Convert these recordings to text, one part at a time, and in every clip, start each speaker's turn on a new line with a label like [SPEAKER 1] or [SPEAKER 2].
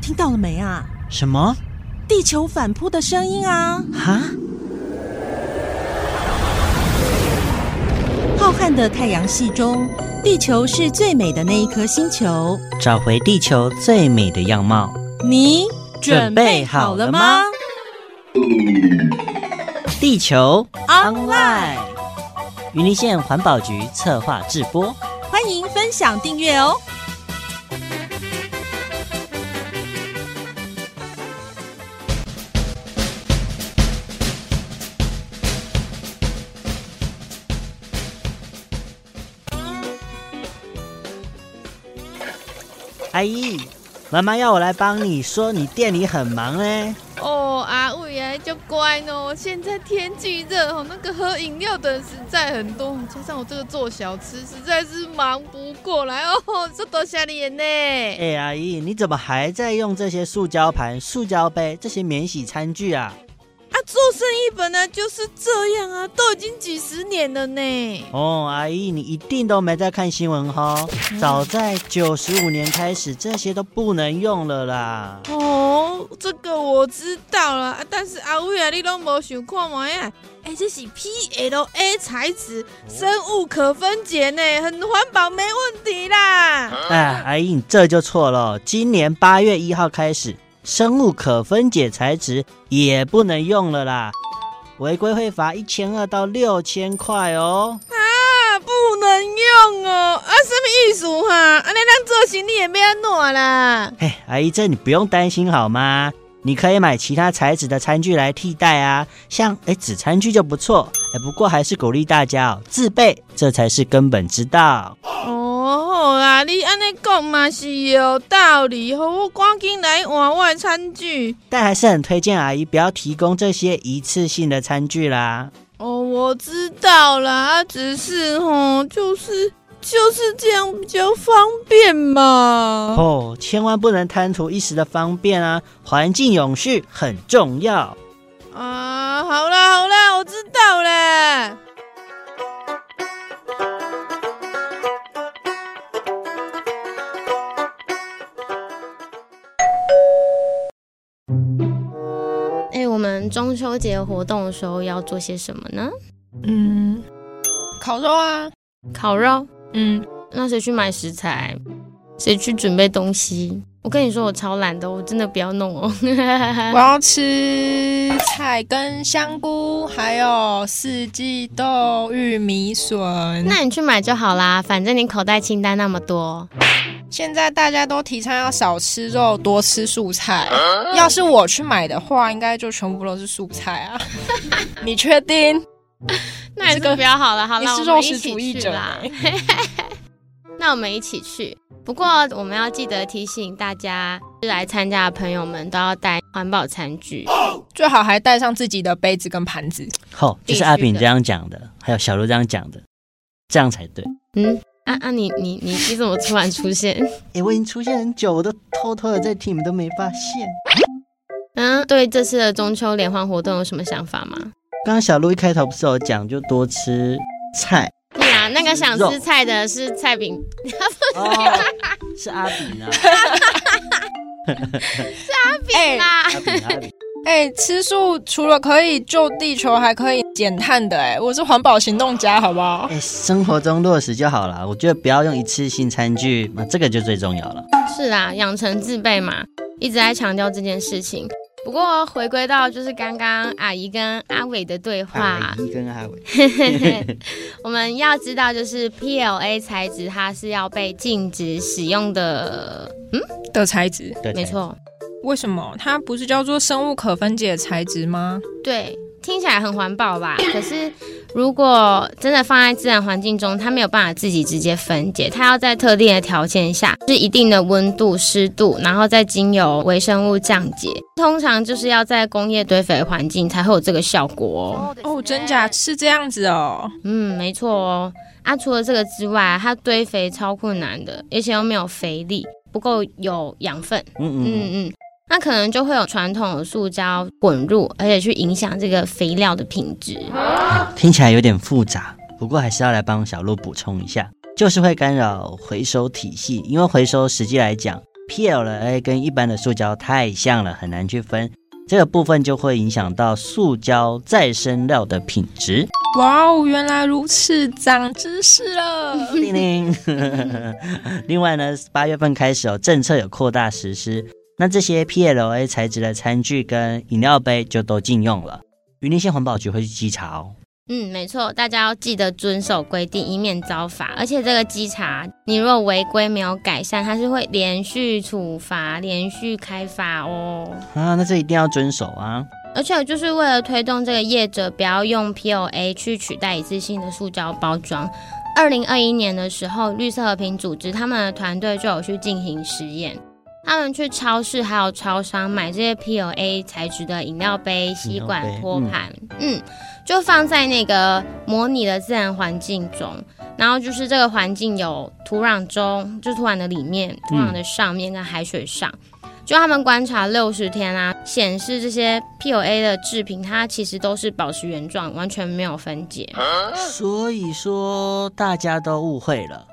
[SPEAKER 1] 听到了没啊？
[SPEAKER 2] 什么？
[SPEAKER 1] 地球反扑的声音啊！
[SPEAKER 2] 哈？
[SPEAKER 1] 浩瀚的太阳系中，地球是最美的那一颗星球。
[SPEAKER 2] 找回地球最美的样貌。
[SPEAKER 1] 你
[SPEAKER 2] 准备好了吗地球
[SPEAKER 1] Online
[SPEAKER 2] 云林县环保局策划制播。
[SPEAKER 1] 欢迎分享订阅哦。
[SPEAKER 2] 阿姨，妈妈要我来帮你说，你店里很忙呢。
[SPEAKER 3] 哦，阿伟哎，就乖喏。现在天气热哦，那个喝饮料的人实在很多，加上我这个做小吃，实在是忙不过来哦。这多吓人呢！
[SPEAKER 2] 哎，阿姨，你怎么还在用这些塑胶盘、塑胶杯这些免洗餐具啊？
[SPEAKER 3] 啊，做生意本来就是这样啊，都已经几十年了呢。
[SPEAKER 2] 哦，阿姨，你一定都没在看新闻哈、早在九十五年开始，这些都不能用了啦。
[SPEAKER 3] 哦，这个我知道了，啊但是阿伟啊，你都没想看嘛呀？哎，这是 PLA 材质，生物可分解呢，很环保，没问题啦。
[SPEAKER 2] 哎，阿姨，你这就错了。今年八月一号开始，生物可分解材质也不能用了啦，违规会罚一千二到六千块哦。
[SPEAKER 3] 啊，不能用哦！啊，什么意思哈、啊？安尼咱做生意也要安怎啦？
[SPEAKER 2] 嘿，哎阿姨，这你不用担心好吗？你可以买其他材质的餐具来替代啊，像哎纸餐具就不错。哎，不过还是鼓励大家哦，自备这才是根本之道。
[SPEAKER 3] 哦，好啦，你安尼讲嘛是有道理，好，我赶紧来换我的餐具。
[SPEAKER 2] 但还是很推荐阿姨不要提供这些一次性的餐具啦。
[SPEAKER 3] 哦，我知道啦，啊只是吼，就是就是这样比较方便嘛。
[SPEAKER 2] 哦，千万不能贪图一时的方便啊，环境永续很重要。
[SPEAKER 3] 啊，好啦好啦，我知道啦。
[SPEAKER 4] 哎、我们中秋节活动的时候要做些什么呢？
[SPEAKER 5] 嗯，烤肉啊，
[SPEAKER 4] 烤肉。
[SPEAKER 5] 嗯，
[SPEAKER 4] 那谁去买食材？谁去准备东西？我跟你说，我超懒的，我真的不要弄哦。
[SPEAKER 5] 我要吃菜跟香菇，还有四季豆、玉米笋。
[SPEAKER 4] 那你去买就好啦，反正你口袋清单那么多。
[SPEAKER 5] 现在大家都提倡要少吃肉，多吃蔬菜。
[SPEAKER 4] 啊
[SPEAKER 5] 要是我去买的话，应该就全部都是蔬菜啊。 你确定？
[SPEAKER 4] 那还是不要好了，好
[SPEAKER 5] 你
[SPEAKER 4] 了，
[SPEAKER 5] 是
[SPEAKER 4] 我们
[SPEAKER 5] 肉
[SPEAKER 4] 一
[SPEAKER 5] 食
[SPEAKER 4] 起
[SPEAKER 5] 主义
[SPEAKER 4] 去
[SPEAKER 5] 者
[SPEAKER 4] 啦
[SPEAKER 5] 欸。
[SPEAKER 4] 那我们一起去。不过我们要记得提醒大家，来参加的朋友们都要带环保餐具。
[SPEAKER 5] 最好还带上自己的杯子跟盘子。
[SPEAKER 2] 吼、
[SPEAKER 4] 必
[SPEAKER 2] 就
[SPEAKER 4] 须
[SPEAKER 2] 是阿炳哦这样讲的，还有小鹿这样讲的，这样才对。
[SPEAKER 4] 嗯，啊啊，你你你你怎么突然出现？
[SPEAKER 2] 哎，我已经出现很久，我都偷偷的在听，你们都没发现。
[SPEAKER 4] 嗯，对这次的中秋联欢活动有什么想法吗？
[SPEAKER 2] 刚刚小鹿一开头不是有讲，就多吃菜
[SPEAKER 4] 对啊，那个想吃菜的是菜饼，
[SPEAKER 2] 哦，是阿炳啊，
[SPEAKER 5] 哎、
[SPEAKER 4] 啦，
[SPEAKER 2] 阿炳阿炳。
[SPEAKER 5] 哎、吃素除了可以救地球，还可以减碳的、哎，我是环保行动家，好不好？
[SPEAKER 2] 哎，生活中落实就好了，我觉得不要用一次性餐具，那这个就最重要了。
[SPEAKER 4] 是啊，养成自备嘛，一直在强调这件事情。不过回归到就是刚刚阿姨跟阿伟的对话
[SPEAKER 2] 阿，姨跟阿伟，
[SPEAKER 4] 我们要知道就是 PLA 材质它是要被禁止使用的，
[SPEAKER 5] 的材质，
[SPEAKER 2] 对，
[SPEAKER 4] 没，错，
[SPEAKER 5] 为什么它不是叫做生物可分解材质吗？
[SPEAKER 4] 对，听起来很环保吧？可是如果真的放在自然环境中，它没有办法自己直接分解，它要在特定的条件下，是一定的温度、湿度，然后再经由微生物降解。通常就是要在工业堆肥环境才会有这个效果哦。
[SPEAKER 5] 哦，真假是这样子哦。
[SPEAKER 4] 嗯，没错哦。啊，除了这个之外，它堆肥超困难的，而且又没有肥力，不够有养分。
[SPEAKER 2] 嗯嗯嗯，
[SPEAKER 4] 嗯嗯，那可能就会有传统的塑胶滚入，而且去影响这个肥料的品质。
[SPEAKER 2] 听起来有点复杂，不过还是要来帮小鹿补充一下，就是会干扰回收体系，因为回收实际来讲。 PLA 跟一般的塑胶太像了，很难去分。这个部分就会影响到塑胶再生料的品质。
[SPEAKER 5] 哇哦，原来如此，长知识 了。
[SPEAKER 2] 叮 铃。另外呢，八月份开始哦，政策有扩大实施，那这些 PLA 材质的餐具跟饮料杯就都禁用了。云林县环保局会去稽查哦。
[SPEAKER 4] 嗯，没错，大家要记得遵守规定，以免遭罚。而且这个稽查，你如果违规没有改善，它是会连续处罚、连续开罚哦。
[SPEAKER 2] 啊，那这一定要遵守啊。
[SPEAKER 4] 而且就是为了推动这个业者不要用 POA 去取代一次性的塑胶包装。二零二一年的时候，绿色和平组织他们的团队就有去进行实验，他们去超市还有超商买这些 POA 材质的饮料杯、吸管
[SPEAKER 2] 饮料杯、
[SPEAKER 4] 托盘，嗯，就放在那个模拟的自然环境中。然后就是这个环境有土壤中，就是土壤的里面、土壤的上面跟海水上。就他们观察六十天啊，显示这些 POA 的制品，它其实都是保持原状，完全没有分解，
[SPEAKER 2] 所以说大家都误会了，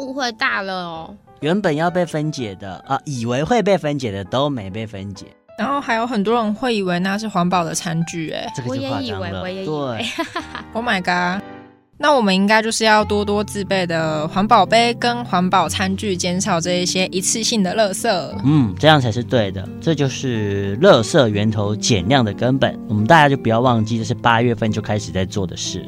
[SPEAKER 4] 误会大了哦。
[SPEAKER 2] 原本要被分解的啊，以为会被分解的都没被分解，
[SPEAKER 5] 然后还有很多人会以为那是环保的餐具、哎
[SPEAKER 2] 这个
[SPEAKER 4] 我
[SPEAKER 2] 就
[SPEAKER 4] 也
[SPEAKER 2] 夸
[SPEAKER 4] 以
[SPEAKER 2] 张
[SPEAKER 4] 为
[SPEAKER 2] 了。
[SPEAKER 4] 我也以
[SPEAKER 2] 对，
[SPEAKER 5] ，Oh my god！那我们应该就是要多多自备的环保杯跟环保餐具，减少这一些一次性的垃圾。
[SPEAKER 2] 嗯，这样才是对的，这就是垃圾源头减量的根本。我们大家就不要忘记，这是八月份就开始在做的事。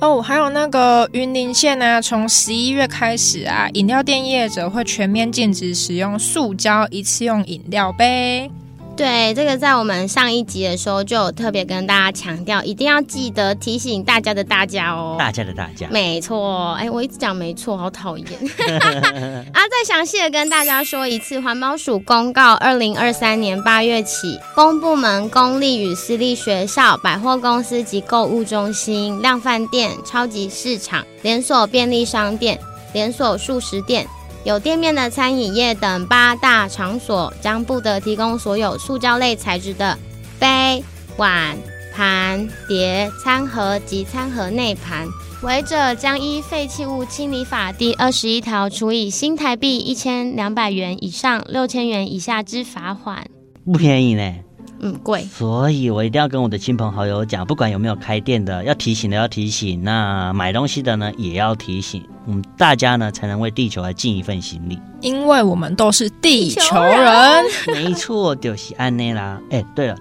[SPEAKER 5] 哦，还有那个云林县呢、从十一月开始啊，饮料店业者会全面禁止使用塑胶一次用饮料杯。
[SPEAKER 4] 对，这个在我们上一集的时候就有特别跟大家强调，一定要记得提醒大家的大家哦。
[SPEAKER 2] 大家的大家，
[SPEAKER 4] 没错，哎，我一直讲没错，好讨厌。 啊，再详细的跟大家说一次，环保署公告，二零二三年八月起，公部门、公立与私立学校、百货公司及购物中心、量贩店、超级市场、连锁便利商店、连锁素食店。有店面的餐饮业等八大场所将不得提供所有塑胶类材质的杯、碗、盘、碟、餐盒及餐盒内盘。违者将依《废弃物清理法》第二十一条，处以新台币一千两百元以上六千元以下之罚款。
[SPEAKER 2] 不便宜呢，
[SPEAKER 4] 嗯，贵。
[SPEAKER 2] 所以我一定要跟我的亲朋好友讲，不管有没有开店的，要提醒的要提醒，那买东西的呢也要提醒，我们大家呢才能为地球来尽一份心力。
[SPEAKER 5] 因为我们都是地球
[SPEAKER 4] 地球
[SPEAKER 5] 人，
[SPEAKER 2] 没错，就是安内啦。哎，对了，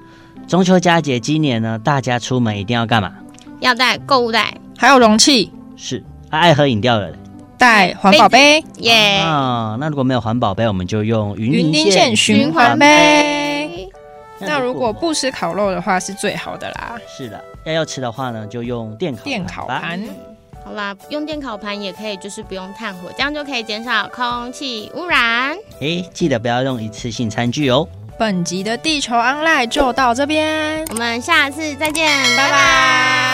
[SPEAKER 2] 中秋佳节今年呢，大家出门一定要干嘛？
[SPEAKER 4] 要带购物袋，
[SPEAKER 5] 还有容器
[SPEAKER 2] 是、啊、爱喝饮料的人。
[SPEAKER 5] 带环保杯、
[SPEAKER 4] 耶、
[SPEAKER 2] 啊，那如果没有环保杯，我们就用云
[SPEAKER 5] 云林县循环杯。那如果不吃烤肉的话，是最好的啦。
[SPEAKER 2] 是的，要要吃的话呢，就用电烤
[SPEAKER 5] 电烤
[SPEAKER 2] 吧。
[SPEAKER 5] 盘，
[SPEAKER 4] 好啦，用电烤盘也可以，就是不用炭火，这样就可以减少空气污染。
[SPEAKER 2] 哎，记得不要用一次性餐具哦。
[SPEAKER 5] 本集的地球 online 就到这边。
[SPEAKER 4] 我们下次再见，拜拜